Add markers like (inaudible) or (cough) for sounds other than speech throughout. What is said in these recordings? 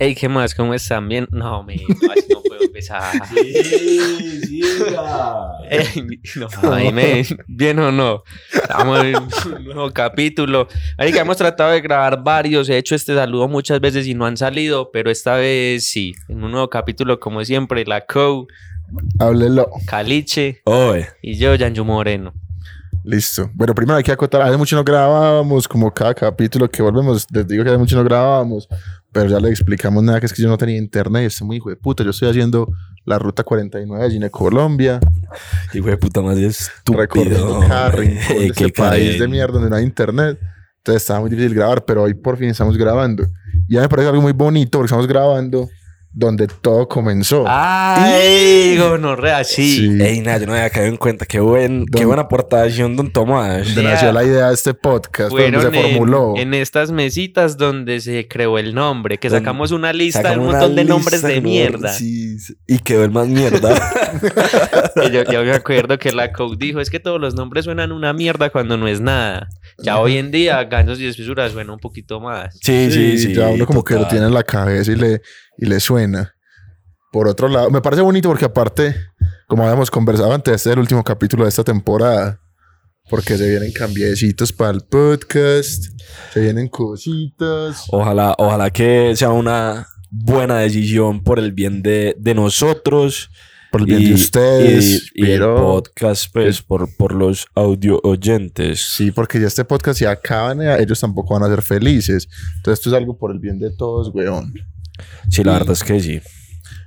Ey, ¿qué más? ¿Cómo están? ¿Bien? No, me así no puedo empezar. Sí, siga. Ey, no, ay, men, ¿Bien o no? Estamos en un nuevo capítulo. Marica, hemos tratado de grabar varios. He hecho este saludo muchas veces y no han salido, pero esta vez sí. En un nuevo capítulo, como siempre, la Co, Háblelo. Caliche Oye, y yo, Yanju Moreno. Listo. Bueno, primero hay que acotar. Hace mucho no grabábamos, como cada capítulo que volvemos, les digo que hace mucho no grabábamos, pero ya le explicamos nada, que es que yo no tenía internet y estoy muy hijo de puta. Yo estoy haciendo la ruta 49 de Gine Colombia, hijo de puta madre estúpido. recorriendo (laughs) cada (laughs) rincón de Ey, este qué país cadena. de mierda donde no hay internet. Entonces estaba muy difícil grabar, pero hoy por fin estamos grabando. Y ya me parece algo muy bonito porque estamos grabando donde todo comenzó. ¡Ay, gonorrea! Ah, Sí. eh, Sí. Ey, nada, yo no había caído en cuenta. Qué, buen, qué Don- buena aportación, don Tomás. Donde Yeah. nació la idea de este podcast, donde Fueron se en- formuló. En, estas mesitas donde se creó el nombre, que Donde sacamos una lista de un Sacamos una montón de lista, nombres de weón. mierda. Sí, sí. y quedó el más (laughs) mierda. Y yo, yo me acuerdo que la coach dijo, es que todos los nombres suenan una mierda cuando no es nada. Ya hoy en día, Gansos y Desfisuras suena un poquito más. sí, sí, sí. Ya uno como que lo total. tiene en la cabeza y le, y le suena. Por otro lado, me parece bonito porque aparte, como habíamos conversado antes, este es el último capítulo de esta temporada. Porque se vienen cambiecitos para el podcast, se vienen cositas. Ojalá, ojalá que sea una buena decisión por el bien de, de nosotros. Por el bien de ustedes. Y, y el pero- podcast, pues, por, por los audio oyentes. Sí, porque ya este podcast ya acaban, eh, ellos tampoco van a ser felices. Entonces esto es algo por el bien de todos, weón. Sí, la verdad es que sí.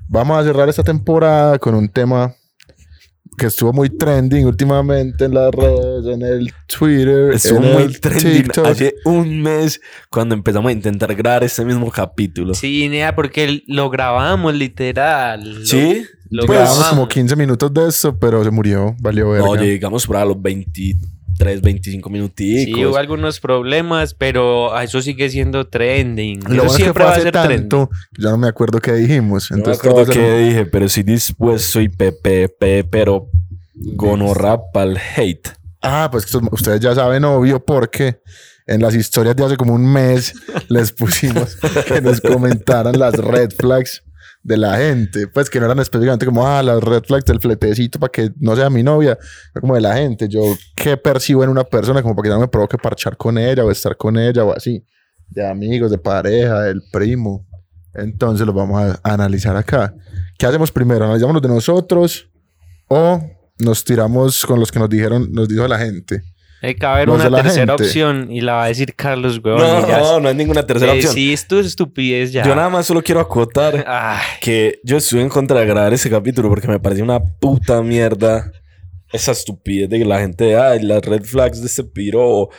Vamos a cerrar esta temporada con un tema que estuvo muy trending últimamente en las redes, en el Twitter, Estuvo en muy el trending TikTok. hace un mes cuando empezamos a intentar grabar este mismo capítulo. Sí. Sí, nea, porque l- lo grabamos literal. Lo- Lo, Pues, grabamos. Grabamos como 15 minutos de esto, pero se murió, valió verga. No, llegamos por a los 23, 25 minuticos. Sí, hubo algunos problemas, pero a eso sigue siendo trending. eso Lo bueno es que siempre fue va a hace ser trending. tanto, que ya no me acuerdo qué dijimos. No me Entonces, acuerdo todo va a qué ser- dije, pero sí dispuesto y pepe, pe, pero gonorra pa'l hate. Ah, pues esto- ustedes ya saben, obvio, porque en las historias de hace como un mes les pusimos que nos comentaran las red flags de la gente. Pues que no eran específicamente como, ah, las red flags del fletecito para que no sea mi novia, era como de la gente. Yo, ¿qué percibo en una persona? Como para que no me provoque parchar con ella o estar con ella o así. De amigos, de pareja, del primo. Entonces los vamos a analizar acá. ¿Qué hacemos primero? ¿Analizamos los de nosotros o nos tiramos con los que nos dijeron, nos dijo la gente? Hay que haber Los una de la tercera gente. opción y la va a decir Carlos, No, weón. y ya Eh, no, no hay ninguna tercera opción. Sí, esto es estupidez ya. Yo nada más solo quiero acotar Ay, que yo estuve en contra de grabar ese capítulo porque me pareció una puta mierda esa estupidez de que la gente, ay, las red flags de este piro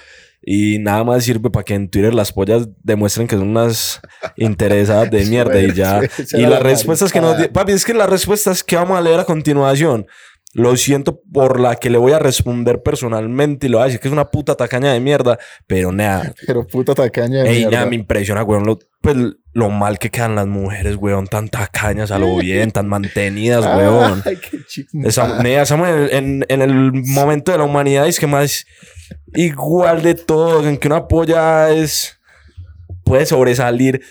y nada más sirve para que en Twitter las pollas demuestren que son unas interesadas (laughs) de mierda y ya. Sí, esa Y era las la respuestas que nos di- maricada. papi, es que las respuestas que vamos a leer a continuación, lo siento por la que le voy a responder personalmente y lo voy a decir que es una puta tacaña de mierda, pero nada, Ah, Pero puta tacaña de Ey, mierda. nada, me impresiona, weón, lo, pues, lo mal que quedan las mujeres, weón, tan tacañas a lo bien, tan mantenidas, Ay, weón. Ah, (laughs) qué chismosa. Esa- nea, estamos en, en- en el momento de la humanidad y es que más igual de todo, en que una polla es, puede sobresalir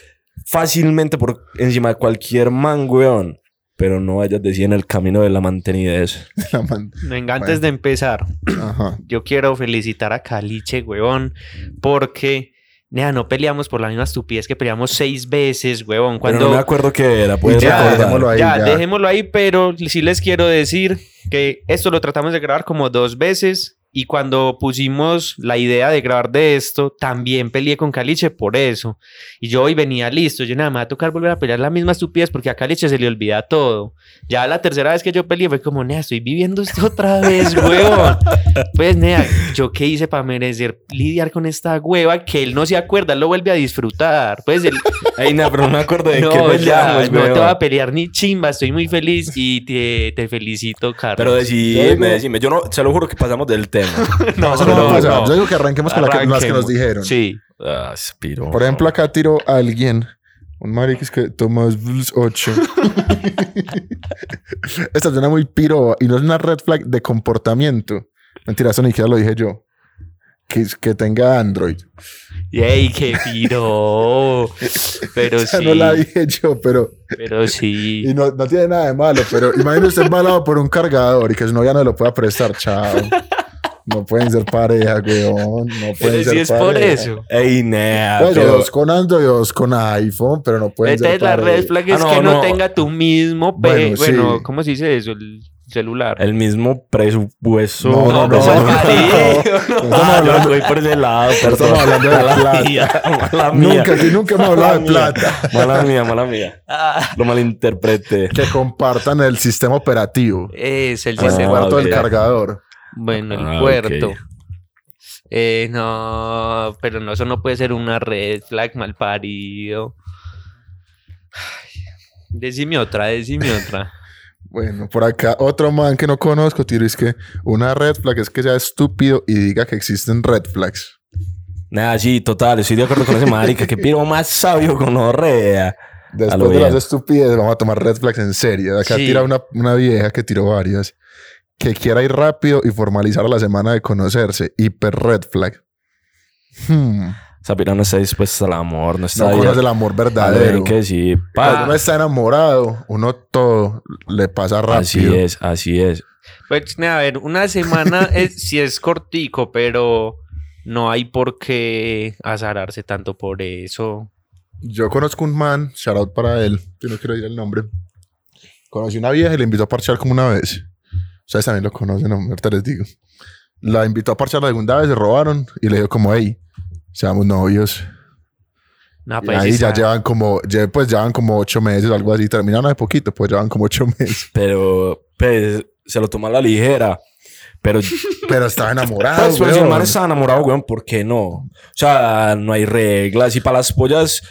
fácilmente por encima de cualquier man, weón. Pero no vayas a decir en el camino de la mantenidez. (laughs) La man- venga, antes Bueno. de empezar, Ajá. yo quiero felicitar a Caliche, huevón, porque nea, no peleamos por la misma estupidez que peleamos seis veces, huevón. Cuando Cuando no me acuerdo qué era, puedes Pues, ya, recordar. dejémoslo ahí, ya, ya. dejémoslo ahí, pero sí les quiero decir que esto lo tratamos de grabar como dos veces y cuando pusimos la idea de grabar de esto, también peleé con Caliche por eso. Y yo hoy venía listo, yo nada más va a tocar volver a pelear la misma estupidez porque a Caliche se le olvida todo. Ya la tercera vez que yo peleé fue como, nea, estoy viviendo esto (laughs) otra vez, huevón. Pues, nea, ¿yo qué hice para merecer lidiar con esta hueva que él no se acuerda, él lo vuelve a disfrutar? Pues, él, Ey, nea, pero no me acuerdo de (laughs) qué no, ya, peleamos, no te weón. voy a pelear ni chimba, estoy muy feliz y te, te felicito, Carlos. Pero Yo digo- decime, decime. Yo no, se lo juro que pasamos del tema. (laughs) no, Eso no va a pasar. Yo digo que arranquemos con la que- las que nos Arranquemos. dijeron. Sí. Ah, Aspiro. Por ejemplo, acá tiró a alguien. Un mariquis que Tomás (laughs) 8. Esta suena muy piroba y no es una red flag de comportamiento. Mentira, eso ni siquiera lo dije yo. que, que tenga Android. Y ey, qué piro. (laughs) Pero O sea, sí. no la dije yo, pero. Pero sí. Y no, no tiene nada de malo, pero imagínese usted embalado por un cargador y que su novia no lo pueda prestar, chao. No pueden ser pareja, weón. No pueden Pero ser sí es por pareja. eso. Ey, nea, Bueno, pero- dos con Android y dos con iPhone, pero no pueden Esta ser es la pareja. red flag es Ah, no, que no, no. tenga tu mismo pe- Bueno, Bueno, sí. ¿cómo se dice eso? El celular. el mismo presupuesto. No, No, no, pues, no, marica, (laughs) no. Ah, Estamos yo hablando- voy por ese lado, perdón. Estamos hablando de Mala plata. mía, mala mía. Nunca, aquí nunca hemos hablado de Mala mía, plata. Mala mía, mala mía. (laughs) Ah, Lo malinterpreté. Que compartan el sistema operativo. es el Ah, el sistema. cuarto del ok. cargador. Bueno, el Ah, puerto. ok. Eh, no, pero no, eso no puede ser una red flag mal parido. Decime otra, (laughs) decime otra. Bueno, por acá otro man que no conozco, tiro, es que una red flag es que sea estúpido y diga que existen red flags. Nada, sí, total, estoy de acuerdo con ese marica. Que piro más sabio con orrea. A lo Después de las bien. estupideces, vamos a tomar red flags en serio. Acá Sí. tira una, una vieja que tiró varias. Que quiera ir rápido y formalizar la semana de conocerse. Hiper red flag. Hmm. Esa pira no está dispuesta al amor, no No está conoce el amor verdadero. que sí, Cuando pa. uno está enamorado, uno todo le pasa rápido. así es, así es. Pues, a ver, una (laughs) semana es, si es cortico, pero no hay por qué azararse tanto por eso. Yo conozco un man, shout out para él, yo no quiero decir el nombre. Conocí una vieja y le invitó a parchar como una vez. Ustedes también lo conocen, ahorita les digo. La invitó a parchar la segunda vez, se robaron y le dijo como, hey, seamos novios. Nah, Ah, Y pues, ahí ya esa- (laughs) llevan como, ya, pues llevan como ocho meses, algo así. Terminaron hace poquito, pues llevan como ocho meses. (laughs) Pero, pues, se lo toma a la ligera. (laughs) Pero, Pero estaba enamorado, pues, pero si el weón. man (laughs) está enamorado, weón, ¿por qué no? O sea, no hay reglas. Y para las pollas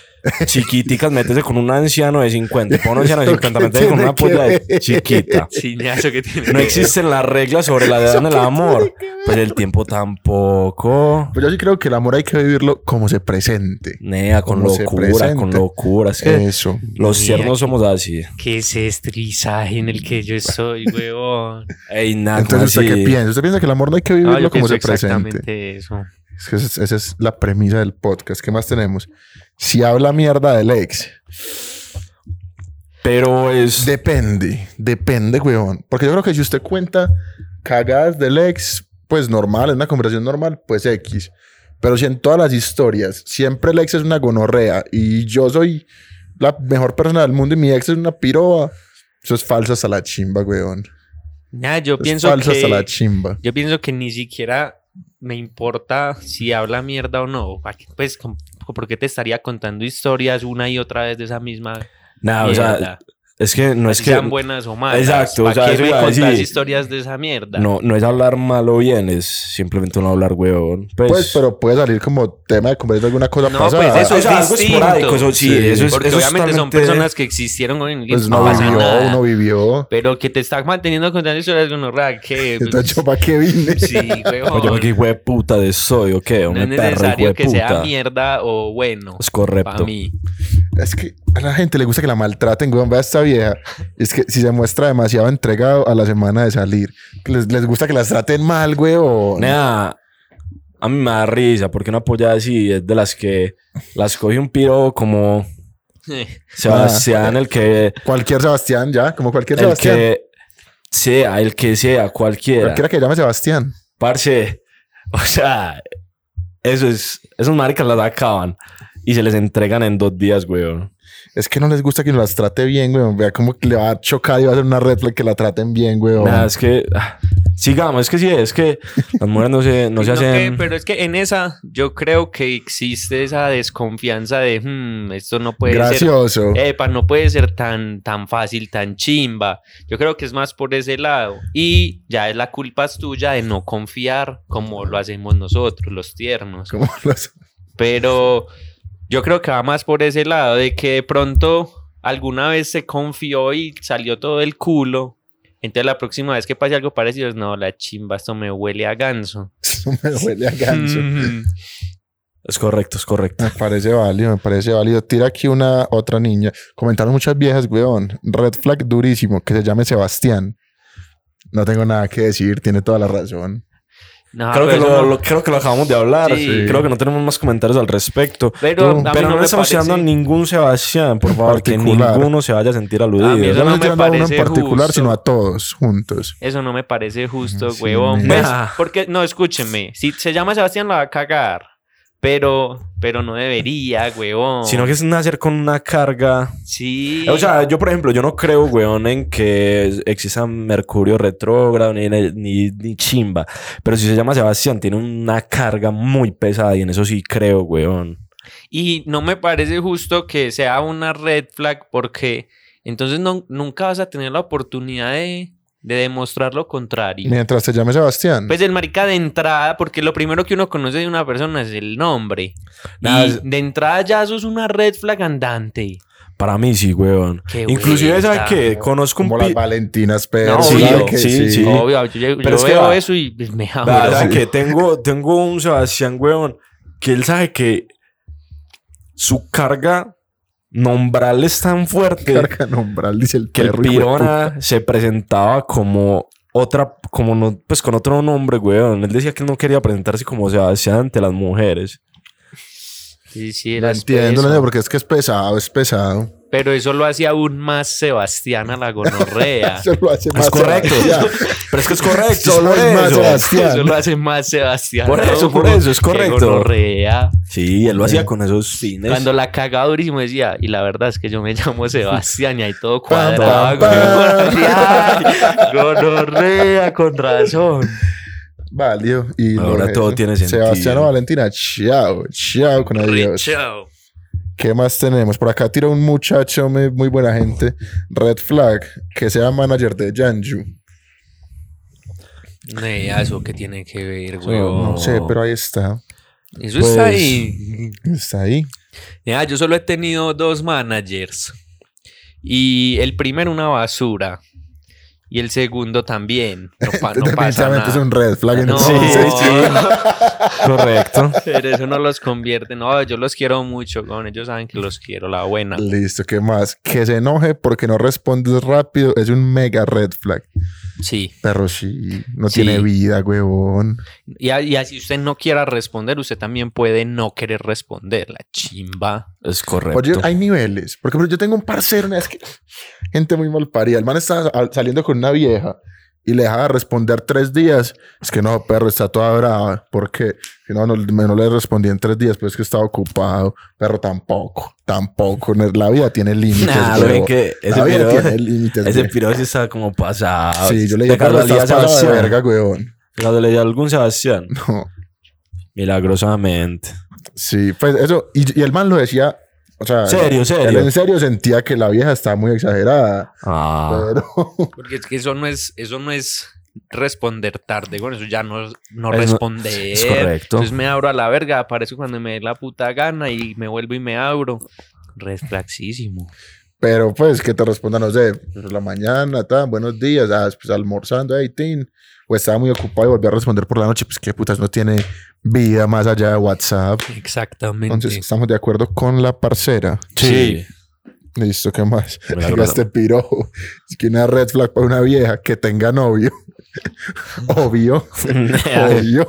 chiquiticas, métese con un anciano de 50. Pon un anciano de ¿Eso 50, qué métese con tiene una que polla de ver? chiquita. Cineazo que tiene. No existen las reglas sobre la edad en el amor. Pero el tiempo tampoco. Pero Pues yo sí creo que el amor hay que vivirlo como se presente. Nea, con Como se Eh, locura, con presente. locura. Es que Eso. los Nea, ciernos somos así. Que ese estrizaje en el que yo (laughs) estoy, huevón. Ey, nada, Ah, ¿cómo Entonces, ¿usted así? Ah, qué piensa? ¿Usted piensa que el amor no hay que No, vivirlo yo como pienso se presente? exactamente eso. Es que esa es, esa es la premisa del podcast. ¿Qué más tenemos? Si habla mierda del ex. Pero es. Depende. Depende, weón. Porque yo creo que si usted cuenta cagadas del ex, pues normal, en una conversación normal, pues X. Pero si en todas las historias siempre el ex es una gonorrea y yo soy la mejor persona del mundo y mi ex es una piroa, eso es falso hasta la chimba, weón. Nah, yo Es pienso falso hasta la que. chimba. Yo pienso que ni siquiera me importa si habla mierda o no. ¿Pa' qué? Pues, com- ¿por qué te estaría contando historias una y otra vez de esa misma Nada, Ah, o mierda? sea, es que no es Así que. sean buenas o malas. Exacto, o ¿Para sea, qué eso me iba a contás decir. historias de esa mierda? No, no es hablar mal o bien, es simplemente no hablar huevón. Pues, Pues, pero puede salir como tema de conversación de alguna cosa No, pasada. pues eso O es sea, algo distinto. esporádico, eso sí, Sí, eso es Porque eso es obviamente son totalmente- personas que existieron con el Pues no, no pasa vivió, nada. no vivió. Pero que te estás manteniendo contando historias de gonorrea, (laughs) que... Entonces, ¿yo para qué vine? Pues, (laughs) Sí, Oye, huevón. ¿qué hijo de puta de soy o qué? No Una es perra hijo de necesario que sea puta. mierda o bueno. Es Para correcto. mí. (laughs) (laughs) Es que a la gente le gusta que la maltraten, weón. Vea esta vieja. Es que si se muestra demasiado entregado a la semana de salir, les, les gusta que las traten mal, weón. Nada, a mí me da risa porque una polla así es de las que las coge un piro como Sebastián, el que. Cualquier Sebastián, ya, como cualquier El Sebastián. que sea, el que sea, cualquiera. Cualquiera que llame Sebastián. Parce, o sea, eso es. Esos maricas las acaban y se les entregan en dos días, weón. Es que no les gusta que las trate bien, weón. Vea cómo le va a chocar y va a hacer una red flag que la traten bien, weón. Nada, es que. ah, Sigamos, es que sí, es que las mujeres no se, no se No, que- hacen. pero es que en esa, yo creo que existe esa desconfianza de, "Hmm, esto no puede ser. Eh. Gracioso. Epa, no puede ser tan, tan fácil, tan chimba. Yo creo que es más por ese lado. Y ya es la culpa es tuya de no confiar como lo hacemos nosotros, los tiernos. (laughs) Como los- (laughs) Pero yo creo que va más por ese lado, de que de pronto alguna vez se confió y salió todo el culo. Entonces la próxima vez que pase algo parecido, es, no, la chimba, esto me huele a ganso. Eso me huele a gancho. Mm. Es correcto, es correcto. Me parece válido, me parece válido. Tira aquí una otra niña. Comentaron muchas viejas, weón. Red flag durísimo, que se llame Sebastián. No tengo nada que decir, tiene toda la razón. No, creo, que pero lo, eso Ah, pues, no- lo- creo que lo acabamos de hablar. Sí. sí. Creo que no tenemos más comentarios al respecto. Pero, a mí Pero no, me estamos parece- tirando a ningún Sebastián, por favor, que particular. ninguno se vaya a sentir aludido. A mí eso no no le me estoy dando a uno en parece particular, justo. sino a todos juntos. Eso no me parece justo, Sí, huevón. me- Pues, Nah. porque, no, escúchenme. Si se llama Sebastián, la va a cagar. Pero, pero no debería, huevón. Sino que es nacer con una carga. Sí. O sea, yo, por ejemplo, yo no creo, weón, en que exista Mercurio retrógrado ni, ni, ni chimba. Pero si se llama Sebastián, tiene una carga muy pesada y en eso sí creo, weón. Y no me parece justo que sea una red flag porque entonces no- nunca vas a tener la oportunidad de, de demostrar lo contrario. Mientras te llame Sebastián. Pues el marica de entrada, porque lo primero que uno conoce de una persona es el nombre. Nada, y es- de entrada ya eso es una red flag andante. Para mí sí, weón. Qué Inclusive, vuelta. ¿sabes qué? Conozco un como las pi... Valentinas Pérez. No, ¿sabe obvio. que Oh, Sí, sí. Obvio, yo, yo Pero es que veo va. eso y pues, me amo. Ah, ¿sabes qué? Tengo, tengo un Sebastián, weón, que él sabe que su carga nombral es tan fuerte Carga nombral, dice el que el perro, hijo de Pirona se presentaba como otra, como no, pues con otro nombre, weón. Él decía que él no quería presentarse como Sebastián ante las mujeres. Sí, sí, puta. era Entiendo, espeso. Leonel, porque es que es pesado, es pesado. Pero eso lo hacía aún más Sebastián a la (laughs) gonorrea. Eso lo hace Es más correcto. (laughs) Sebastián. Pero es que es correcto. Solo por es más eso. Sebastián. eso lo hace más Sebastián. Por eso, loco. por eso, es Qué correcto. gonorrea. Sí, él lo hacía con esos fines. (laughs) Cuando la cagaba durísimo decía, y la verdad es que yo me llamo Sebastián y ahí todo Pam, cuadraba. pam, güey. Ay, Gonorrea, con razón. Valió. Y Ahora lo- todo tiene sentido. Sebastián o Valentina, chao, chao con adiós. Chao. ¿Qué más tenemos? Por acá tira un muchacho me- muy buena gente, Red Flag, que sea manager de Janju. Ne, eso que tiene que ver, güey. No sé, pero ahí está. Eso Pues- está ahí. Está ahí. Mira, yo solo he tenido dos managers. Y el primero una basura. Y el segundo también. No, pa- Ah, no pasa (laughs) nada. Definitivamente es un Red Flag. No, entonces. Correcto. (laughs) pero eso no los convierte. No, yo los quiero mucho, con ellos saben que los quiero, la buena. Listo, ¿qué más? Que se enoje porque no respondes rápido es un mega red flag. Sí. Perro, sí. No Sí. tiene vida, huevón. Y, a- y así usted no quiera responder, usted también puede no querer responder. La chimba. Es correcto. Oye, hay niveles. Porque por ejemplo, yo tengo un parcero, ¿no? es que (laughs) gente muy mal parida. El man está a- saliendo con una vieja y le deja de responder tres días. Es que no, perro, está toda brava. ¿Por qué? Si no, no, me- no le respondí en tres días, pero es que estaba ocupado. Perro, tampoco. Tampoco. No, La vida tiene límites. Nah, lo huevón. bien pues, que (laughs) ese La vida piro, tiene límites. ese güey. piro sí estaba como pasado. Sí, yo le De dije, perro, casualidad, estás pasado de Sebastián. verga, huevón. (laughs) Cuando leía algún Sebastián, No. milagrosamente. Sí, pues eso. Y, y el man lo decía. O sea, Serio, él serio. en serio sentía que la vieja estaba muy exagerada. Ah, Pero (laughs) Porque es que eso no es, eso no es responder tarde. Bueno, eso ya no, es- no Eso- responder. es correcto. Entonces me abro a la verga, aparezco cuando me dé la puta gana y me vuelvo y me abro. Reflaxísimo. Pero pues que te responda, no sé, por la mañana, tan, buenos días, ah, pues almorzando, hey, tin. O estaba muy ocupado y volvió a responder por la noche, pues qué putas, no tiene vida más allá de WhatsApp. Exactamente. Entonces (laughs) estamos de acuerdo con la parcera. Sí. Listo, ¿qué más? Me la Oiga, este pirojo. Es que una red flag para una vieja que tenga novio. Obvio. Obvio.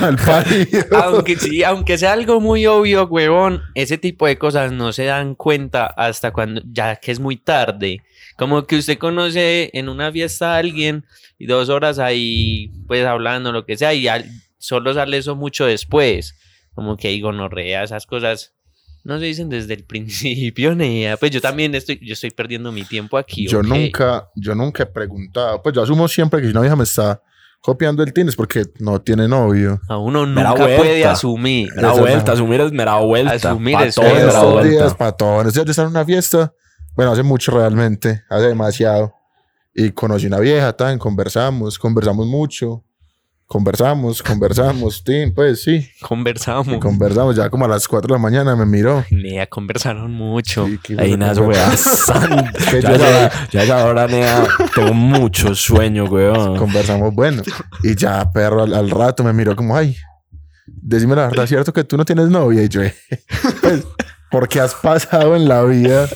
Al parido. aunque sí, aunque sea algo muy obvio, huevón, ese tipo de cosas no se dan cuenta hasta cuando ya que es muy tarde. Como que usted conoce en una fiesta a alguien y dos horas ahí, pues hablando, lo que sea, y al- solo sale eso mucho después. Como que digo, no esas cosas no se dicen desde el (laughs) principio, nea. Pues yo también estoy, yo estoy perdiendo mi tiempo aquí. Yo ¿ok? nunca, yo nunca he preguntado. Pues yo asumo siempre que si una vieja me está copiando el tin es porque no tiene novio. A uno Me da nunca puede vuelta. asumir. Mera Eso vuelta, no. asumir es mera vuelta. Asumir Pa' es todo mera es mera Estos días, vuelta. para todos. Estos días yo estaba en una fiesta. Bueno, hace mucho realmente. Hace demasiado. Y conocí una vieja, tan, conversamos, conversamos mucho. (laughs) Conversamos, conversamos, Tim, pues sí. Y Conversamos. conversamos ya como a las 4 de la mañana, me miró. Nea, conversaron mucho. Y que- Ahí nada, weón. (laughs) san- Es que Ya yo ya- ya- ya ya ahora, nea, tengo mucho sueño, (laughs) weón. conversamos bueno. Y ya, perro, al, al rato me miró como, ay, decime la verdad, ¿cierto que tú no tienes novia? Y yo, pues, porque has pasado en la vida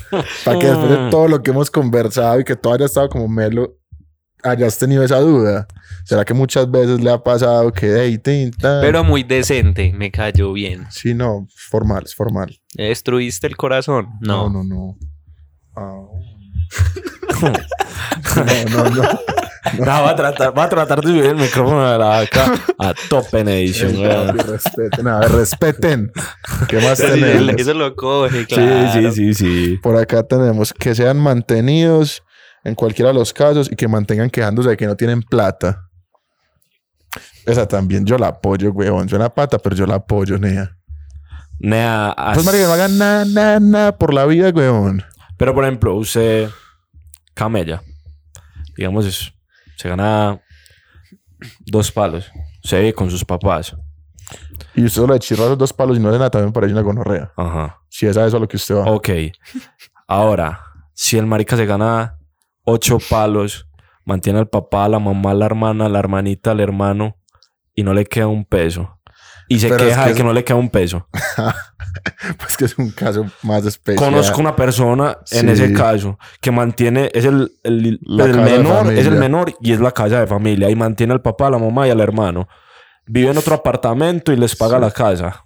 para que después de todo lo que hemos conversado y que todo haya estado como melo, hayas tenido esa duda. ¿Será que muchas veces le ha pasado que dating, tal? Pero muy decente, me cayó bien. Sí, no, formal, es formal. ¿Destruiste el corazón? No. no, no. no. Ah. (laughs) no, no, no. No, va a tratar, va a tratar de subir el micrófono de la vaca a tope en edición, weón. respeten, a ver, respeten. ¿Qué más Eso sí, tenemos? Eso lo coge, claro. Sí, sí, sí, sí. Por acá tenemos que sean mantenidos en cualquiera de los casos y que mantengan quejándose de que no tienen plata. Esa también yo la apoyo, weón. Suena pata, pero yo la apoyo, nea. Nea, as- Pues, marica, no hagan nada, nada, nada por la vida, weón. Pero, por ejemplo, usted camella. Digamos eso. Se gana dos palos. Se vive con sus papás. Y usted solo le chirra los dos palos y no hace nada, también parece una gonorrea. Ajá. Si es a eso a lo que usted va. Ok. Ahora, si el marica se gana ocho palos, mantiene al papá, a la mamá, a la hermana, a la hermanita, al hermano, y no le queda un peso. Y se Pero es queja que de es- que no le queda un peso. (laughs) Pues que es un caso más especial. Conozco una persona en Sí. ese caso que mantiene, es el, el- La el casa de menor, es el familia. menor y es la casa de familia. Y mantiene al papá, a la mamá y al hermano. Vive en otro apartamento y les paga la casa.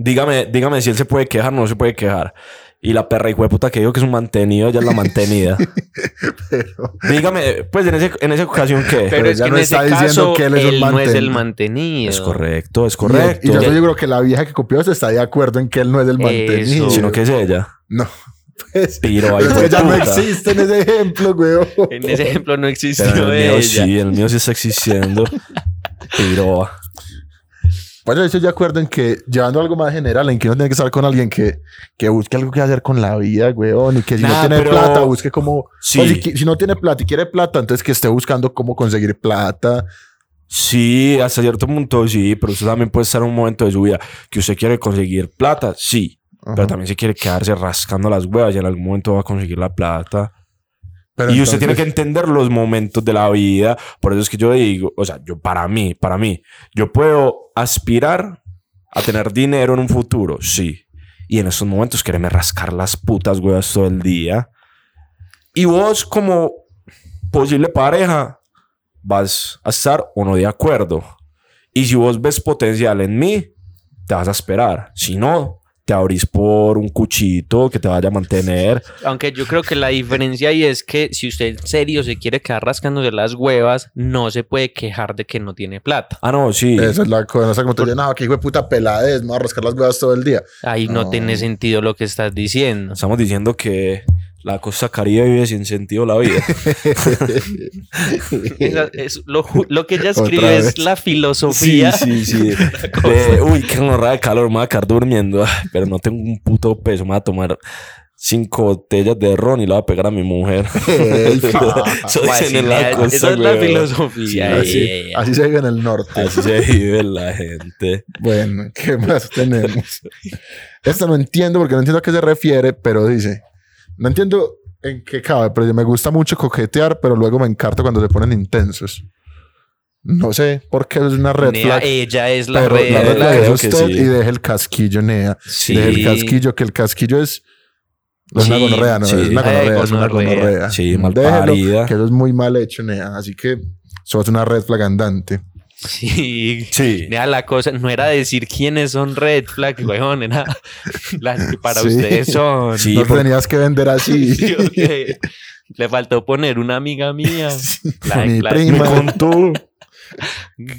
Dígame, dígame si él se puede quejar o no se puede quejar. Y la perra hijo de puta que digo que es un mantenido, ya es la mantenida. (laughs) Pero, dígame, pues en, ese- en esa ocasión Pero, que. Pero es ya que no en ese está diciendo caso, que él es un él no es el manten- mantenido. Es correcto, es correcto. Y, correcto. yo estoy seguro que la vieja que copió se está de acuerdo en que él no es el Eso. mantenido. Sino que es ella. No. (laughs) Pues, (laughs) Piro, (laughs) ahí es que ya no puta. existe en ese ejemplo, weón. En ese ejemplo no existió Pero el mío ella. sí, el mío sí está existiendo. ah, Piroa. Pues yo estoy de acuerdo en que llevando algo más general, en que uno tiene que estar con alguien que, que busque algo que hacer con la vida, weón, y que si Nah, no tiene pero- plata, busque como... Sí. o si, qui- si no tiene plata y quiere plata, entonces que esté buscando cómo conseguir plata. Sí, hasta cierto punto sí, pero usted también puede estar en un momento de su vida que usted quiere conseguir plata, sí, Ajá. pero también se quiere quedarse rascando las huevas y en algún momento va a conseguir la plata. Pero y usted tiene que entonces- entender los momentos de la vida, por eso es que yo digo, o sea, yo para mí, para mí, yo puedo aspirar a tener dinero en un futuro, sí. Y en esos momentos quererme rascar las putas huevas todo el día. Y vos como posible pareja vas a estar o no de acuerdo. Y si vos ves potencial en mí, te vas a esperar. Si no, te abrís por un cuchito que te vaya a mantener. Aunque yo creo que la diferencia ahí es que si usted en serio se quiere quedar rascándose las huevas, no se puede quejar de que no tiene plata. Ah, no, sí. Esa es la cosa, o sea, como te dicen, no, que hijo de puta peladez, me voy a rascar las huevas todo (laughs) el día. (laughs) Ahí no, No. tiene sentido lo que estás diciendo. Estamos diciendo que la costa caribe vive sin sentido la (laughs) vida. Esa- es lo, ju- lo que ella Otra escribe es vez. la filosofía. sí, (laughs) sí. De, uy, qué honrada de calor, me voy a quedar durmiendo. Ay, Pero no tengo un puto peso, me voy a tomar cinco botellas de ron y la voy a pegar a mi (laughs) mujer. (laughs) Ey, (laughs) Eso Guay, dicen sí, en la la- costa, esa es la weón. filosofía. Ey, Sí, así, ey, así se vive en el norte. Así se vive la gente. Bueno, (laughs) ¿qué más tenemos? Esta no entiendo porque no entiendo a qué se refiere, pero dice, no entiendo en qué cabe, pero me gusta mucho coquetear, pero luego me encarto cuando se ponen intensos. No sé por qué es una red Nea, flag. ella es la pero red. la red flag, flag creo es que usted sí. y deja el casquillo, Nea. Sí. Deja el casquillo, que el casquillo es... Es una Sí, gonorrea, no, sí. es una gonorrea, Ay, es una gonorrea. gonorrea. Sí, mal Déjelo, parida. que eso es muy mal hecho, Nea. Así que sos una red flag andante. Sí. Sí. Nea, la cosa no era decir quiénes son red flags, weón, era (laughs) las que para Sí. ustedes son. (laughs) Sí, no te por- tenías que vender así. Sí, ok. Le faltó poner una amiga (laughs) mía. La- mi la- prima. (laughs) tú.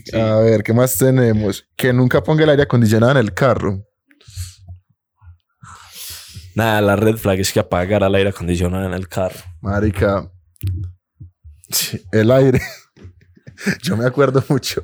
Sí. A ver, ¿qué más tenemos? Que nunca ponga el aire acondicionado en el carro. Nada, la red flag es que apagar el aire acondicionado en el carro. Marica. Sí, El aire. (laughs) Yo me acuerdo mucho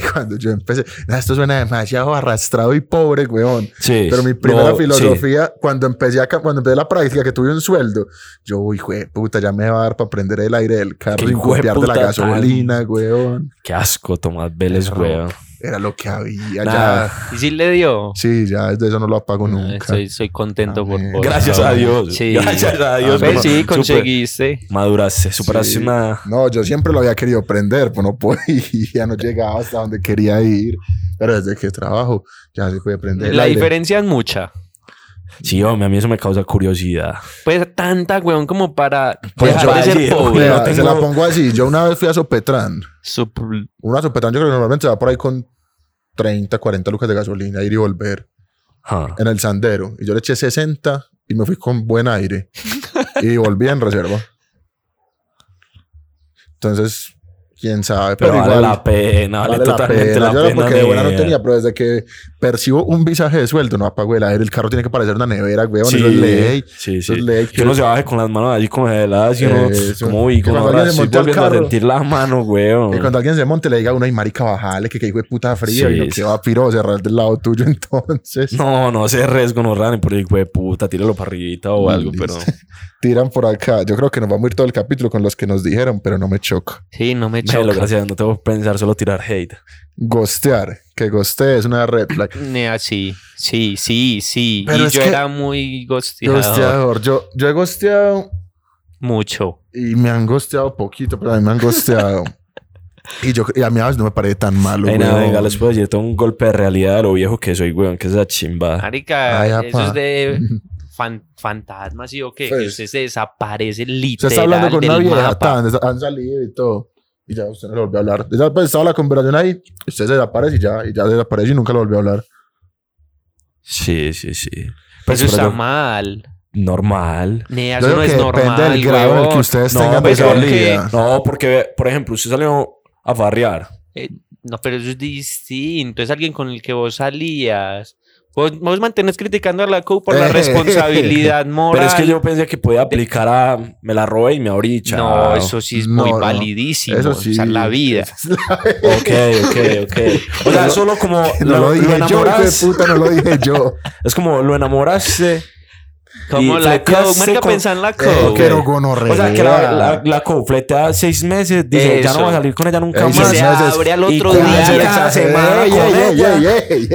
(laughs) cuando yo empecé. "Nah, Esto suena demasiado arrastrado y pobre, weón. Sí. Pero mi primera No, sí. filosofía, cuando empecé acá, cuando empecé la práctica, que tuve un sueldo, yo, uy, de puta, ya me va a dar para prender el aire del carro Qué y hijo de copiar de la puta gasolina, weón. Qué asco, Tomás Vélez, No. weón. Era lo que había. Nada. Ya. ¿Y si le dio? Sí, ya desde eso no lo apago No, nunca. Soy, soy contento por Amén. vos. Gracias a Dios. Sí. Gracias a Dios. Pues mamá. sí, Súper. conseguiste. Maduraste, superaste Sí. una. No, yo siempre lo había querido prender, pues no podía, no llegaba hasta donde quería ir. Pero desde que trabajo, ya se puede prender. el La aire. diferencia es mucha. Sí, hombre, a mí eso me causa curiosidad. Pues tanta, weón, como para Pues dejar yo de ser allí, pobre. (laughs) weón. Vea, no se tengo- la pongo así. Yo una vez fui a Sopetrán. Sup- Una Sopetrán yo creo que normalmente se va por ahí con 30, 40 lucas de gasolina, ir y volver Ah. en el sandero. Y yo le eché 60 y me fui con buen aire. y volví en reserva. Entonces, quién sabe. Pero, Pero, vale igual, la pena, vale, vale la totalmente la pena. Yo pena. era porque de buena no nena. tenía, pero desde que percibo un visaje de sueldo, no apago el aire. El carro tiene que parecer una nevera, weón. Sí, Eso es ley. sí, Eso sí. es ley. Que uno se baje con las manos así como heladas y uno, Eso. como uy, Que como cuando ahora alguien se estoy monte al volviendo a carro. sentir las manos, Que weón. cuando alguien se monte le diga a uno, ay, marica, bajale, que que hijo de puta frío. Sí, y yo, sí. que va piro, cerrar del lado tuyo (laughs) entonces. No, no se resgo, no rane por el de puta, tíralo para arribita o algo, pero. (laughs) Tiran por acá. Yo creo que nos vamos a ir todo el capítulo con los que nos dijeron, pero no me choca. Sí, no me Chelo, choca. gracias, no tengo que pensar, solo tirar hate. Gostear. Que goste es una red (clears throat) flag. Ni así. Sí, sí, sí. Pero y es yo que- era muy gosteador. Gosteador. Yo, yo he gosteado Mucho. y me han gosteado poquito, pero a mí me (laughs) han gosteado. y, yo, y a mí a veces no me parece tan malo, Ay, nada, weón. venga, les puedo decir, tengo un golpe de realidad de lo viejo que soy, weón, que es esa chimba. Marica, Ay, eso apa. es (laughs) de fan- fantasmas y o qué. Que Pues. usted se desaparece Usted literal está hablando con del una vieja, mapa. tan, han salido y todo. Y ya usted no le volvió a hablar. Esa- pues, estaba la conversación ahí, usted se desaparece y ya, y ya desaparece y nunca le volvió a hablar. Sí, sí, sí. Pues Pues, eso está pero- mal. Normal. Ni Yo eso creo no es que normal, depende del grado en el que huevón. ustedes No, tengan de pues, yo (laughs) creo salida. No, porque, por ejemplo, usted salió a farrear. Eh, no, pero eso es distinto. Es alguien con el que vos salías. Vos, vos mantenés criticando a la COU por (laughs) la Eh. (laughs) responsabilidad moral. Pero es que yo pensé que podía aplicar a. Me la robé y me abrí, chao. No, eso sí es muy No, no. validísimo. Eso sí. O sea, la vida. Esa es la- Ok, ok, ok. O sea, No, solo como. (laughs) (laughs) No lo dije yo, hijo de enamoras. puta, no lo dije (laughs) yo. Es como lo enamoraste. Como Y la flecaste COU. Marica, con- pensá en la Eh, COU. que pero güey. gonorrea. O sea, que la, la, la cofletea seis meses, dice, ya Eso. no va a salir con ella nunca Eso. y más. se Esas veces- abre al y otro con día. esa ya- esa semana Ey, con ey, ella. ey, ey,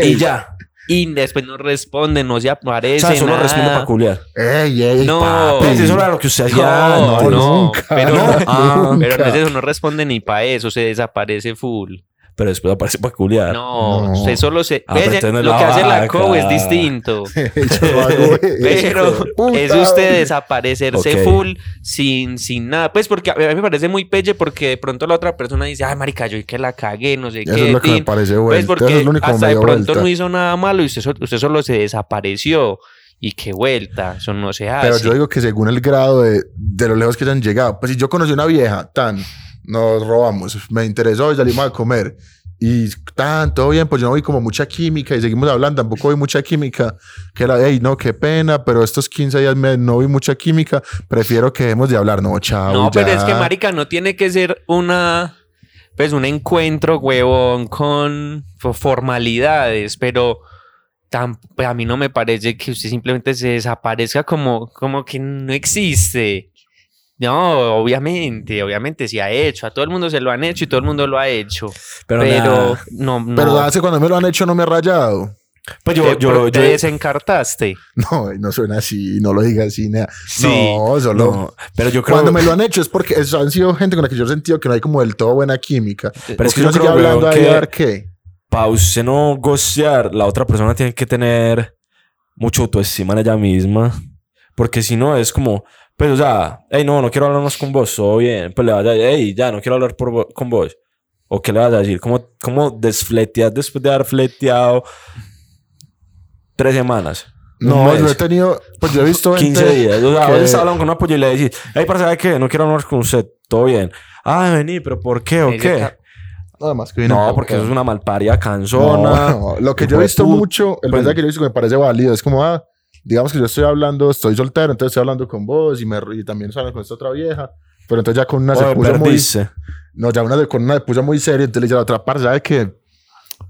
ey. Y ya. Y después no responden, no se O aparecen. sea, solo nada. respondo para culiar. Ey, ey, No. papi. Pues eso era lo que usted hacía. No, no, no, nunca, pero, no, no, ah, pero no es nunca. eso, no responde ni para eso, se desaparece full. Pero después aparece para culiar. No, Ah, No. usted solo se. Ah, pero Ve, usted no es lo la que hace la vaca. COU es distinto. (laughs) (laughs) Yo lo hago, eh, hijo (laughs) Pero de puta. es usted desaparecerse Ok. full sin, sin nada. Pues porque a mí me parece muy pelle porque de pronto la otra persona dice, ay, marica, yo que la cagué, no sé Eso qué. es lo que me tin". parece bueno. pues porque eso es lo único que hasta me de dio pronto vuelta. no hizo nada malo y usted, sol- usted solo se desapareció. Y qué vuelta, eso no se hace. Pero yo digo que según el grado de, de lo lejos que hayan llegado, pues si yo conocí una vieja, tan, nos robamos, me interesó y salimos a comer. Y tan, todo bien, pues yo no vi como mucha química y seguimos hablando, tampoco vi mucha química. Que era, hey, no, qué pena, pero estos 15 días me- no vi mucha química, prefiero que dejemos de hablar. No, chao. No, pero Ah, ya. es que marica no tiene que ser una pues un encuentro huevón con fo- formalidades, pero tan, pues, a mí no me parece que usted simplemente se desaparezca como como que no existe. No, obviamente, obviamente se ha hecho, a todo el mundo se lo han hecho y todo el mundo lo ha hecho, Pero, pero, nada. no no Pero hace cuando me lo han hecho no me he rayado. (laughs) Pues te, yo, yo, te yo- desencartaste. No, no suena así, no lo diga así, nada. Sí. No, solo. no, pero yo creo Cuando me lo han hecho es porque eso han sido gente con la que yo he sentido que no hay como del todo buena química. Pero es que Porque yo uno sigue creo, hablando weón, ahí que- a ver qué. para usted no gocear, la otra persona tiene que tener mucha autoestima en ella misma. Porque si no, es como, pues, o sea, hey, no, no quiero hablar más con vos, todo bien. Pues le vaya, hey, ya, no quiero hablar por vo- con vos. ¿O qué le vas a decir? ¿Cómo, cómo desfletear después de haber fleteado tres semanas? Un No, mes, yo he tenido, pues yo he visto 15 gente. días. O sea, a que- veces hablan con una pollo y le decís, hey, para saber qué, no quiero hablar con usted, todo bien. Ah, vení, pero ¿por qué o Ese qué? ca- Nada más que viene No, por porque acá. eso es una malparia No, canzona. no, Lo que Hijo yo he de visto puta. Pues mucho, el Bueno. mensaje que yo he visto que me parece válido es como, ah, digamos que yo estoy hablando, estoy soltero, entonces estoy hablando con vos y, me, y también salgo con esta otra vieja. Pero entonces ya con una se Oye, puso muy. perdiste. No, ya una de- con una se puso muy seria, entonces le dice a la otra parte, ¿sabes qué?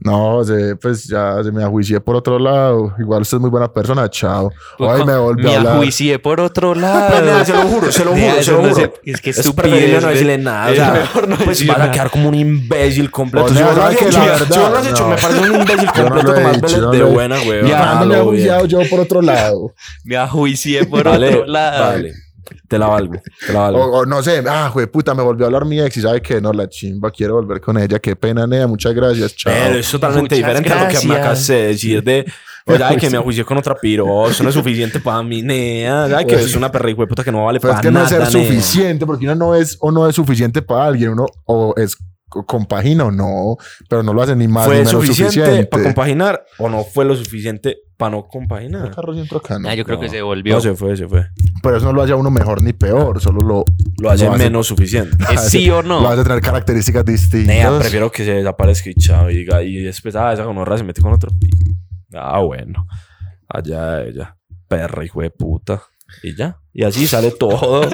No, se- pues ya se me ajuicié por otro lado. Igual usted es muy buena persona, chao. Pues Ay, me volvió a me hablar. ajuicié por otro Pero lado. nada, se lo juro, se lo Nea, juro, se eso lo no juro. se- es que Es estupidez, preferible no ve. decirle nada. O Es sea, mejor no pues decir vas a nada. quedar como un imbécil completo. O si sea, vos lo has que hecho, la si vos lo has verdad, hecho, no. me parece un imbécil Yo no completo lo he tomás hecho, Vélez yo no de lo he- buena, weón. Ya, Malo, no me he weón. ajuiciado yo por otro lado. Me ajuicié por Vale, otro lado. vale. Te la valgo, te la valgo. (laughs) O, o no sé, ah, güey, puta, me volvió a hablar mi ex y sabe que no, la chimba, quiero volver con ella, qué pena, nea, muchas gracias, chao. Pero es totalmente Muchas diferente a lo que me gracias. acabas de decir de O ya de (laughs) que me ajuició con otra piro, eso no es suficiente para mí, nea. Ya de que Pues- eso es una perra hijo de puta que no vale Pero para es que no nada. es ser nea. suficiente, porque uno no es o no es suficiente para alguien, uno o es o compagina o no, pero no lo hace ni más ni ¿Fue menos suficiente, para suficiente. compaginar o no fue lo suficiente para no compaginar? Carro siempre acá, ¿no? Ah, yo creo No. que se volvió. No, se fue, se fue. Pero eso no lo hace a uno mejor ni peor, solo lo, Lo hace Lo hace- menos suficiente. ¿Es sí o no? lo hace tener características (laughs) distintas. Nea, prefiero que se desaparezca y chao. Y, diga- y después, ah, esa gonorra se mete con otro. pi- Ah, bueno. Allá ella. Perra, hijo de puta. Y ya. Y así sale todo.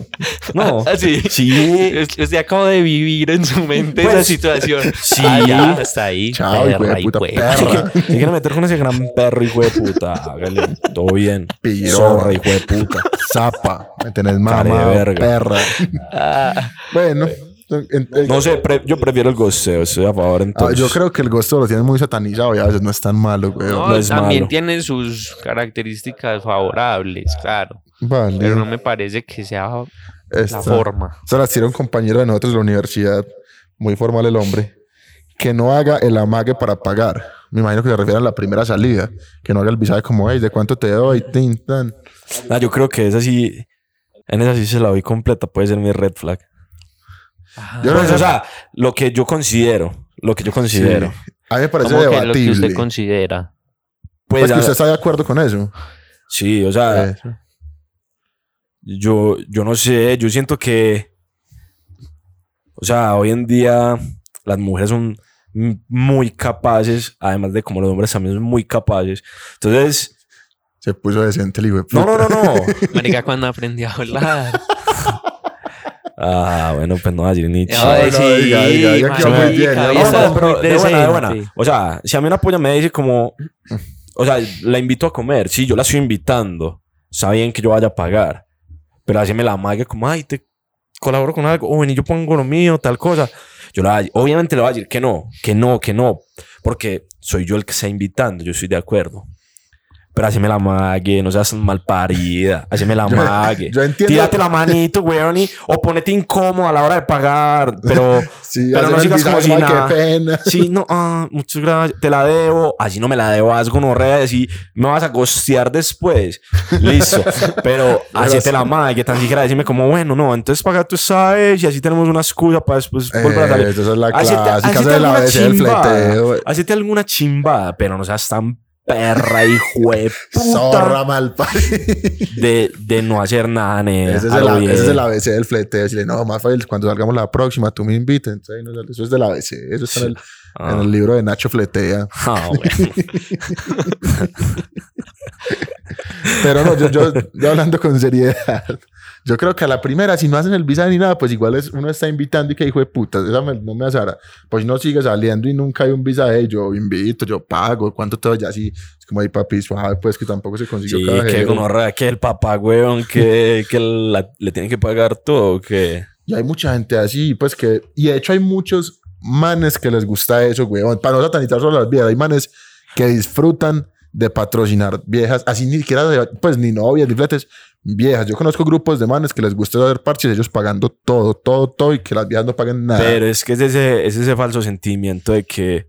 No. Así. Sí. Usted usted acaba de vivir en su mente Pues, esa situación. sí. Ah, ya, hasta ahí. Chao, hijo de puta Si perra. quiere- si quiere meter con ese gran perro, hijo de puta, hágale. Todo bien. Piro. Zorra, hijo de puta. Zapa, me tenés Cara de mamá, verga. perra. Ah, Bueno, en- en- No sé, pre- yo prefiero el goceo. Estoy a favor ah, entonces. yo creo que el gusto lo tienen muy satanizado y a veces no es tan malo, güey. no, No es también malo. tiene sus características favorables, claro. Vale. Pero no me parece que sea la Esta- forma. Se las tira un compañero de nosotros de la universidad, muy formal el hombre, que no haga el amague para pagar. Me imagino que se refiere a la primera salida, que no haga el visaje como, hey, ¿de cuánto te doy? Tin, tan. Ah, yo creo que esa sí. En esa sí se la doy completa. Puede ser mi red flag. Yo Pues, no- o sea, lo que yo considero. Lo que yo considero. A mí me parece Como que lo que debatible. usted considera. Pues, Pues que ah, usted está de acuerdo con eso. sí, o sea, Eh, yo, yo no sé. Yo siento que. O sea, hoy en día las mujeres son m- muy capaces, además de como los hombres también son muy capaces. Entonces, se puso decente el hijo de puta. no, no, no, no. Marica, cuando aprendí a hablar. (laughs) (laughs) Ah, bueno, pues no va a decir ni No, chao. Ay, sí, no, diga, diga, diga que va muy bien, marica, no, eso no, es pero muy de buena, de buena. decente. O sea, si a mí una polla me dice como, o sea, la invito a comer, sí, yo la estoy invitando, está bien que yo vaya a pagar, pero así me la amague como, ay, te colaboro con algo, o ven y yo pongo lo mío, tal cosa. Yo la, obviamente le voy a decir que no, que no, que no, porque soy yo el que está invitando, yo estoy de acuerdo. Pero así me la amague, no seas mal parida, así (laughs) me la Yo- amague. Yo entiendo. Tírate la manito, weón, y- o ponete incómodo a la hora de pagar, pero Sí, pero hacer no el sigas visaje como si como, "Ay, nada". qué pena. Sí, no, ah, muchas gracias. Te la debo. Así no me la debo. Haz gonorrea. Así me vas a gostear después. (laughs) Listo. Pero así te la madre. Que tan siquiera decirme como, bueno, no, entonces paga tú sabes. Y así tenemos una excusa para después volver a Eh, salir. esa es la Hacete- clásica, hacete esa es la alguna vez el chimbada. fleteo. Hacete alguna chimbada, pero no seas tan perra y puta Zorra mal (laughs) de, de no hacer nada, nena. Ese es, A el, lo a- ese bien. es el ABC del fleteo. Decirle, no, más fácil, cuando salgamos la próxima, tú me invitas. Entonces, ahí nos sale. eso es del ABC. Eso está en el, Ah. en el libro de Nacho Fletea. Ah, (laughs) bueno. Pero no, yo, yo, yo hablando con seriedad. Yo creo que a la primera, si no hacen el visa ni nada, pues igual es, uno está invitando y que hijo de puta, esa me- no me asara. Pues no sigue saliendo y nunca hay un visa de yo invito, yo pago, cuánto te doy así. Es como ahí papi suave, pues que tampoco se consiguió Sí, cada que jero. gonorrea, que el papá, weón, que, que la- le tienen que pagar todo, o que... Y hay mucha gente así, pues que. Y de hecho, hay muchos manes que les gusta eso, weón. Para no satanizar solo las viejas, hay manes que disfrutan de patrocinar viejas, así ni siquiera, de- pues ni novias, ni fletes, viejas. Yo conozco grupos de manes que les gusta hacer parches, ellos pagando todo, todo, todo, y que las viejas no paguen nada. Pero es que es ese, es ese falso sentimiento de que...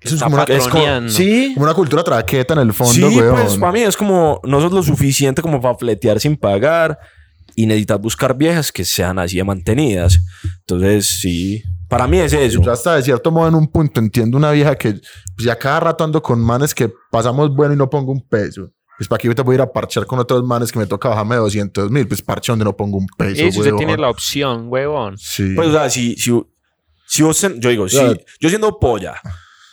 Eso es está como una- es como- patroneando. sí, Como una cultura traqueta en el fondo, sí, weón. pues para mí es como... No sos lo suficiente como para fletear sin pagar y necesitas buscar viejas que sean así de mantenidas. Entonces, sí, para mí es eso. Yo hasta de cierto modo en un punto entiendo una vieja que pues, ya cada rato ando con manes que pasamos bueno y no pongo un peso. Pues para que yo te voy a ir a parchar con otros manes que me toca bajarme 200 mil. Pues parche donde no pongo un peso. Eso, usted huevón. tiene la opción, huevón. (laughs) Sí. Pues, o sea, si, si, si vos, ten- yo digo, si, Claro. yo siendo polla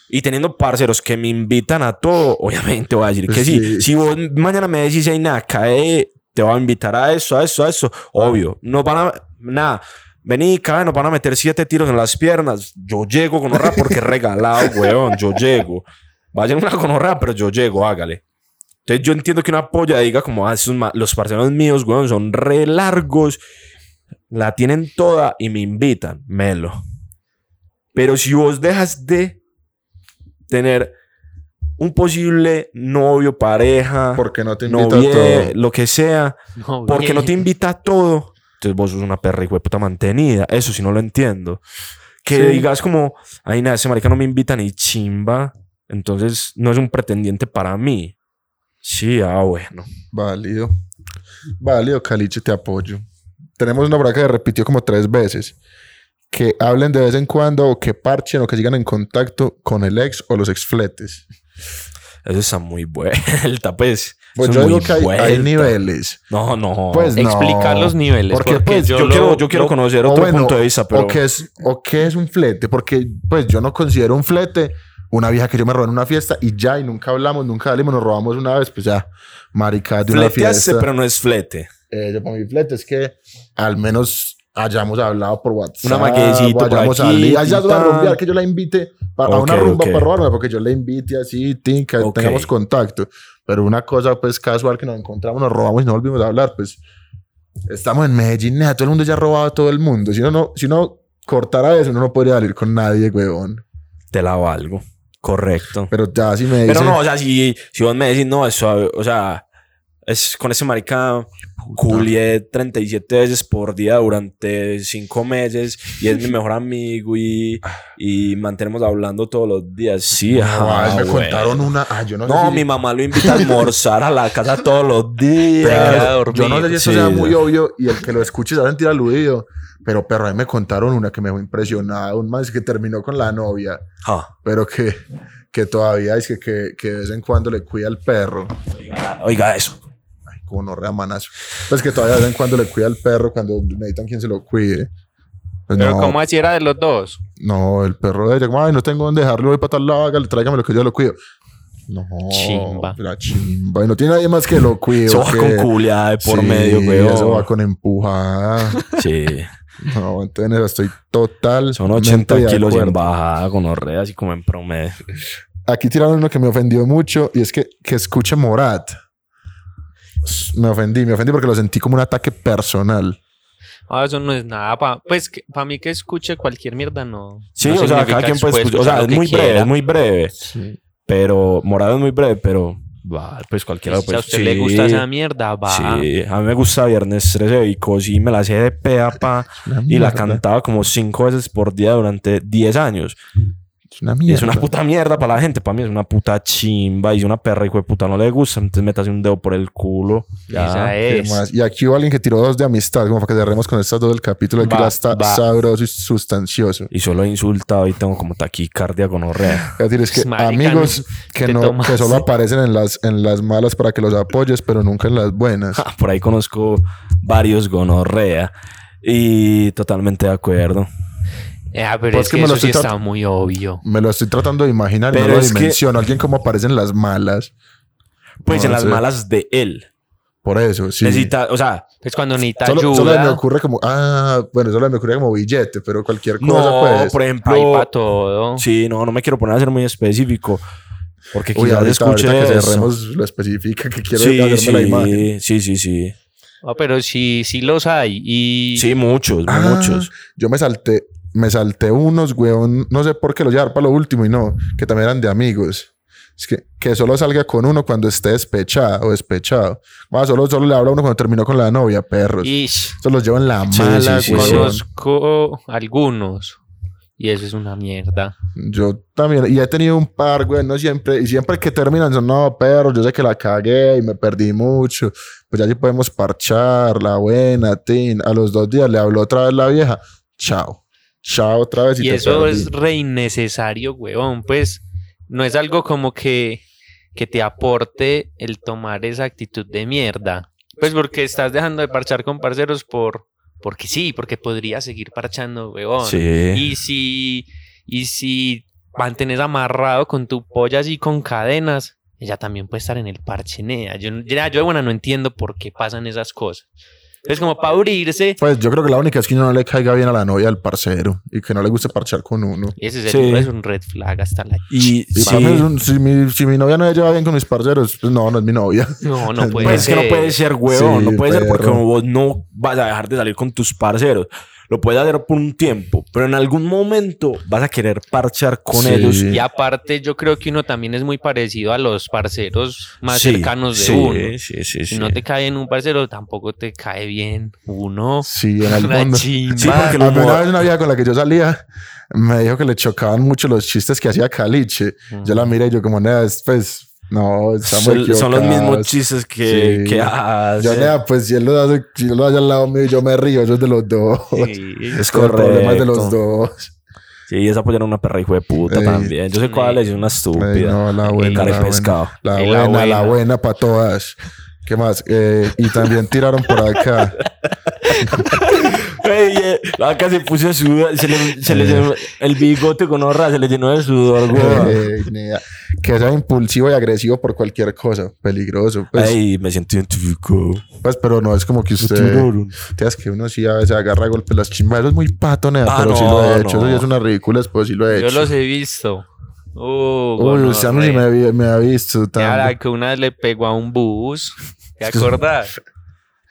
y teniendo parceros que me invitan a todo, obviamente voy a decir que sí. Pues Sí. Si vos mañana me decís, hey, nada, cae, te voy a invitar a eso, a eso, a eso, obvio. No van a, nada, vení, cae, nos van a meter siete tiros en las piernas. Yo llego con horra (laughs) porque regalado, weón, yo llego. Vayan una con horra, pero yo llego, hágale. Entonces yo entiendo que una polla diga como, ah, esos ma- los parceros míos, weón, son re largos, la tienen toda y me invitan, melo. Pero si vos dejas de tener un posible novio, pareja, porque no te invito a novia, todo. lo que sea, No, (laughs) porque no te bien. invita a todo, entonces vos sos una perra y puta mantenida. Eso sí no lo entiendo. Que Sí. digas como, ay, nada, ese marica no me invita ni chimba, entonces no es un pretendiente para mí. Sí, ah, bueno. Válido. Válido, Caliche, te apoyo. Tenemos una braca que repitió como tres veces. Que hablen de vez en cuando o que parchen o que sigan en contacto con el ex o los exfletes. Eso está muy (laughs) vuelta, pues. Pues Eso yo es muy digo que hay, hay vuelta. niveles. No, no. Pues, No. Explicar los niveles. Porque, pues, yo, lo- quiero, yo quiero lo- conocer O otro bueno, punto de vista, pero. O que, es, o que es un flete, porque pues yo no considero un flete una vieja que yo me robé en una fiesta y ya, y nunca hablamos, nunca salimos, nos robamos una vez, pues ya, maricada de una Fleteaste, fiesta. pero no es flete. Eh, yo para mi flete es que al menos hayamos hablado por WhatsApp. Una maquillecito o hayamos por aquí, salido. Ay, ya se va a tan. rumbear, que yo la invite pa- a una Ok, rumba ok. para robarme, porque yo la invite así, tin, que Ok. tengamos contacto. Pero una cosa pues casual que nos encontramos, nos robamos y no volvimos a hablar, pues estamos en Medellín, nea, todo el mundo ya ha robado a todo el mundo. Si uno, no, si uno cortara eso, uno no podría salir con nadie, huevón. Te la valgo. Correcto. Pero ya si me "Ah, dicen... Pero no, o sea, si, si vos me decís, no, eso, o sea, es con ese marica culié 37 veces por día durante 5 meses y es mi mejor amigo y, y mantenemos hablando todos los días. Sí, No, ajá, ay, me güey. contaron una... ay, yo ah, no, sé No, si- mi mamá lo invita a almorzar a la casa todos (laughs) los días. queda dormido. Yo no sé si eso Sí, sea sí. muy obvio y el que lo escuche se va a sentir aludido. Pero, perro, a mí me contaron una que me fue impresionada. Un man que terminó con la novia, Ah, pero que, que todavía es que, que, que de vez en cuando le cuida al perro. oiga eso. Ay, como no reamanazo. Pues que todavía de vez en cuando le cuida al perro cuando necesitan quien se lo cuide. Pues Pero no, como así era de los dos. no, el perro de ella, como, ay, no tengo dónde dejarlo, voy para tal lado, hágale, tráigame lo que yo lo cuido. No, Chimba. La chimba. Y no tiene nadie más que lo cuide. Eso o va que- con culiada de por Sí, medio, Eso va weón. con empujada. Sí, No, entonces en eso estoy total. (laughs) son 80 kilos en bajada, con orrea, así como en promedio. Aquí tiraron uno que me ofendió mucho y es que, que escuche Morat. S- Me ofendí, me ofendí porque lo sentí como un ataque personal. Ah, eso no es nada. Pa, pues para mí que escuche cualquier mierda no. Sí, no o sea, significa cada quien que puede escuchar. O sea, lo es que muy breve, quiera. es muy breve. Sí. Pero Morado es muy breve, pero va, pues cualquiera lo Si puede a usted le gusta esa mierda, va. Sí, a mí me gusta Viernes 13 de Vicos y me la sé de pe a pa y la cantaba como cinco veces por día durante 10 años. Es una Y mierda. es una puta mierda para la gente, para mí es una puta chimba y si una perra hijo de puta no le gusta, entonces métase un dedo por el culo. Ya. Esa ¿Qué es. más? Y aquí hubo alguien que tiró dos de amistad, como para que cerremos con estas dos del capítulo. El que Va, ya está va. sabroso y sustancioso. Y solo he insultado y tengo como taquicardia con orrea. Es decir, es que Marica, amigos que, te no, tomas. que solo aparecen en las, en las malas para que los apoyes, pero nunca en las buenas. (laughs) Por ahí conozco varios gonorrea y totalmente de acuerdo. Ah, pero Pues es que que, me lo eso estoy sí trat- está muy obvio. Me lo estoy tratando de imaginar y Pero no lo es que- dimensiono. Alguien como aparecen las malas. Pues No, en las sí. malas de él. Por eso, sí. Necesita, o sea, Es Pues cuando necesita solo, solo me ayuda. ocurre como, ah, bueno, solo me ocurre como billete, pero cualquier cosa no, pues. por Hay ejemplo, para todo. Sí, no, no me quiero poner a ser muy específico. Porque Uy, quizás ahorita, escuche ahorita que eso. cerremos lo especifica que quiero hacerme sí, la imagen. sí, sí, sí, sí. Ah, pero sí, sí los hay. Y Sí, muchos, Ah, muchos. Yo me salté, me salté unos, weón, no sé por qué los llevar para lo último y no, que también eran de amigos. Es que, que solo salga con uno cuando esté despechado o despechado. Ah, solo, solo le habla a uno cuando terminó con la novia, perros. Ish, Eso los llevan la Sí, mala, sí, sí, weón. conozco algunos. Y eso es una mierda. Yo también, y he tenido un par, güey, no siempre, y siempre que terminan son, no, perro, yo sé que la cagué y me perdí mucho, pues ya sí podemos parchar, la buena, tin. A los dos días le habló otra vez la vieja, chao, chao otra vez. Y te eso perdí. es re innecesario, weón. Pues no es algo como que, que te aporte el tomar esa actitud de mierda. Pues porque estás dejando de parchar con parceros por porque sí, porque podrías seguir parchando, weón. Sí. Y si, y si mantenés amarrado con tu polla así con cadenas, ella también puede estar en el parche, nea. Yo, ya, yo de buena no entiendo por qué pasan esas cosas. Es como para abrirse. Pues yo creo que la única es que no le caiga bien a la novia del parcero y que no le guste parchar con uno. Ese es, Sí. el, es un red flag hasta la... Y, Y sí. para mí es un- si, mi, si mi novia no se lleva bien con mis parceros, pues no, no es mi novia. No, no puede (laughs) Pues es que ser. no puede ser, huevón. Sí, no puede ser porque perro. vos no vas a dejar de salir con tus parceros. Lo puedes hacer por un tiempo, pero en algún momento vas a querer parchar con Sí. ellos. Y aparte, yo creo que uno también es muy parecido a los parceros más Sí, cercanos de sí, uno. Sí, sí, Si sí. no te cae en un parcero, tampoco te cae bien uno. Sí, (laughs) en el Una fondo. chimba. Sí, porque a los mí una mo- vez una vieja con la que yo salía Mm. me dijo que le chocaban mucho los chistes que hacía Caliche. Yo la miré y yo como, nada, es, pues, No, estamos Son, son los mismos equivocados. chistes eh. que, Sí. que hace. Yo, nea, pues si él lo hace, si él lo hace al lado mío, yo me río, eso es de los dos. Es Los problemas correcto. de los dos. Sí, es apoyar a una perra hijo de puta Ey. también. Yo sé cuál es, es una estúpida. Ey, no, la buena, Cara de la buena. pescado. La Y buena, la la buena, buena. para todas. ¿Qué más? Eh, y también tiraron (laughs) por acá. Ey, eh, la vaca se puso sudor, se le, se le llenó el bigote con horra, se le llenó de sudor, güey. Eh, nea, que sea impulsivo y agresivo por cualquier cosa. Peligroso. Pues, Ey, me siento identificado. pues pero no es como que Me usted. tiraron. Te das que uno sí a veces agarra a golpes las chimbas. Eso es muy pato, nea, Ah, pero sí no, lo he hecho. no. Eso ya es una ridícula, pero sí lo he Yo hecho. los he visto. Uh, Uy, usted a mí sí me, gonorrea. vi- me ha visto. tan- Ya la que una vez le pegó a un bus. ¿Te que es- acordás?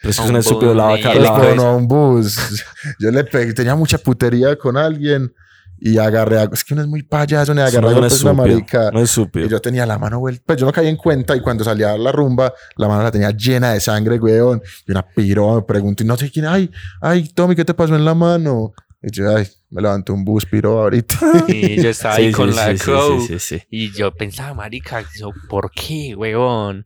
Pero es que es un Un estúpido, la vaca. bonito. Pues, la- Claro. pero no, un bus. Yo le pegué, tenía mucha putería con alguien y agarré a... Es que uno es muy payaso, ni es agarré a un golpes pues, una marica. estúpido. No es Y estúpido. yo tenía la mano vuelta. Pues yo no caí en cuenta y cuando salía a la rumba, la mano la tenía llena de sangre, weón. Y una piroa me preguntó y no sé quién. Ay, ay, Tommy, ¿qué te pasó en la mano? Y yo, ay, me levantó un bus piroa ahorita. Y yo estaba Sí, ahí sí, con la sí, sí, Crow. sí, sí, sí. Y yo pensaba, marica, ¿eso ¿por qué, weón?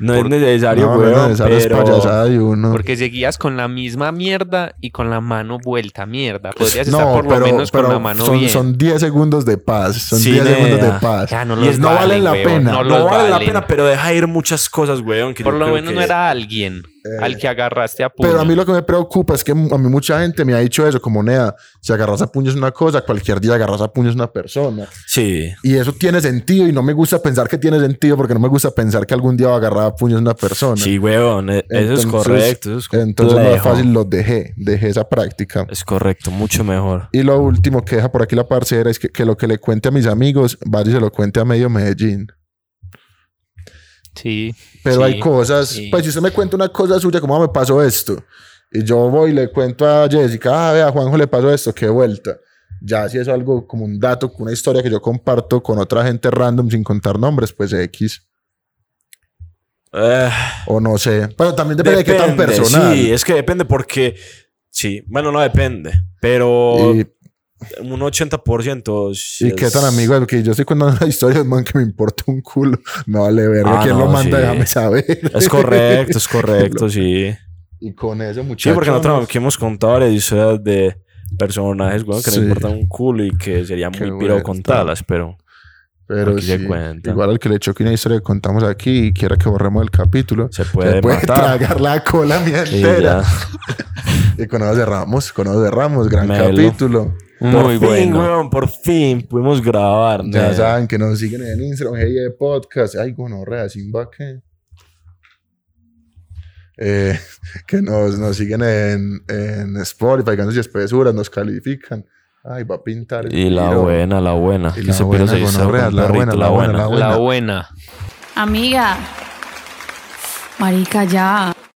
No es Por- necesario, (laughs) No, no, güey. no, esa es pero... payasada de uno. Porque seguías con la misma mierda y con la mano vuelta a mierda. Podrías estar No, por lo menos con la mano son, bien. son 10 segundos de paz. Son Sí, 10 segundos nea. de paz. Ya, no Y los es- no valen, valen la weón, pena. no No, los vale la valen. pena, pero deja ir muchas cosas, güey. Por lo menos no era alguien al que agarraste a puño. Eh, Pero a mí lo que me preocupa es que mu- a mí mucha gente me ha dicho eso, como Nea, si agarras a puños una cosa, cualquier día agarras a puños una persona. Sí. Y eso tiene sentido y no me gusta pensar que tiene sentido porque no me gusta pensar que algún día va a agarrar a puños una persona. Sí, weón. e- Eso es Entonces- correcto. Eso es correcto. Entonces no es fácil, lo dejé, dejé esa práctica. Es correcto, mucho mejor. Y lo último que deja por aquí la parcera es que, que lo que le cuente a mis amigos, vaya y se lo cuente a medio Medellín. Sí. Pero sí. hay cosas, sí. pues si usted me cuenta una cosa suya, ¿cómo me pasó esto? Y yo voy y le cuento a Jessica, ah, vea, a Juanjo le pasó esto, qué vuelta. Ya si es algo como un dato, una historia que yo comparto con otra gente random sin contar nombres, pues X, Eh, o no sé. Pero también depende, de qué tan personal. Sí, es que depende porque. Sí, bueno, no depende. Pero y un 80%. sí y es- qué tan amigo, es, porque yo estoy contando una historia de un man que me importa un culo. Me vale verga. Ah, ¿Quién no, lo manda? sí. Déjame saber. Es correcto, es correcto, sí. (laughs) y con eso, muchachos. Sí, porque nosotros aquí hemos contado varias historias de personajes, weón, que Sí. nos importan un culo y que sería Qué muy bueno. piro contarlas, pero. Pero Aquí se sí, cuenta. igual al que le choque una historia que contamos aquí y quiera que borremos el capítulo, Se puede, puede, matar. tragar la cola mía Sí, entera. ya. Y con eso cerramos, con eso cerramos, gran Melo. capítulo. Por Muy fin, bueno. weón, por fin pudimos grabar. Ya nea. saben que nos siguen en Instagram, hey, eh, podcast. Ay, gonorrea, sin vaque. Eh, (laughs) que nos, nos siguen en, en Spotify, que nos espesuras, nos califican. Ay, va a pintar. el Y la tiro. buena, la buena. Y Que la ese piro buena, se hizo gonorrea, con la buena, perrito, la buena, la La buena. buena. buena. Amiga, marica, ya.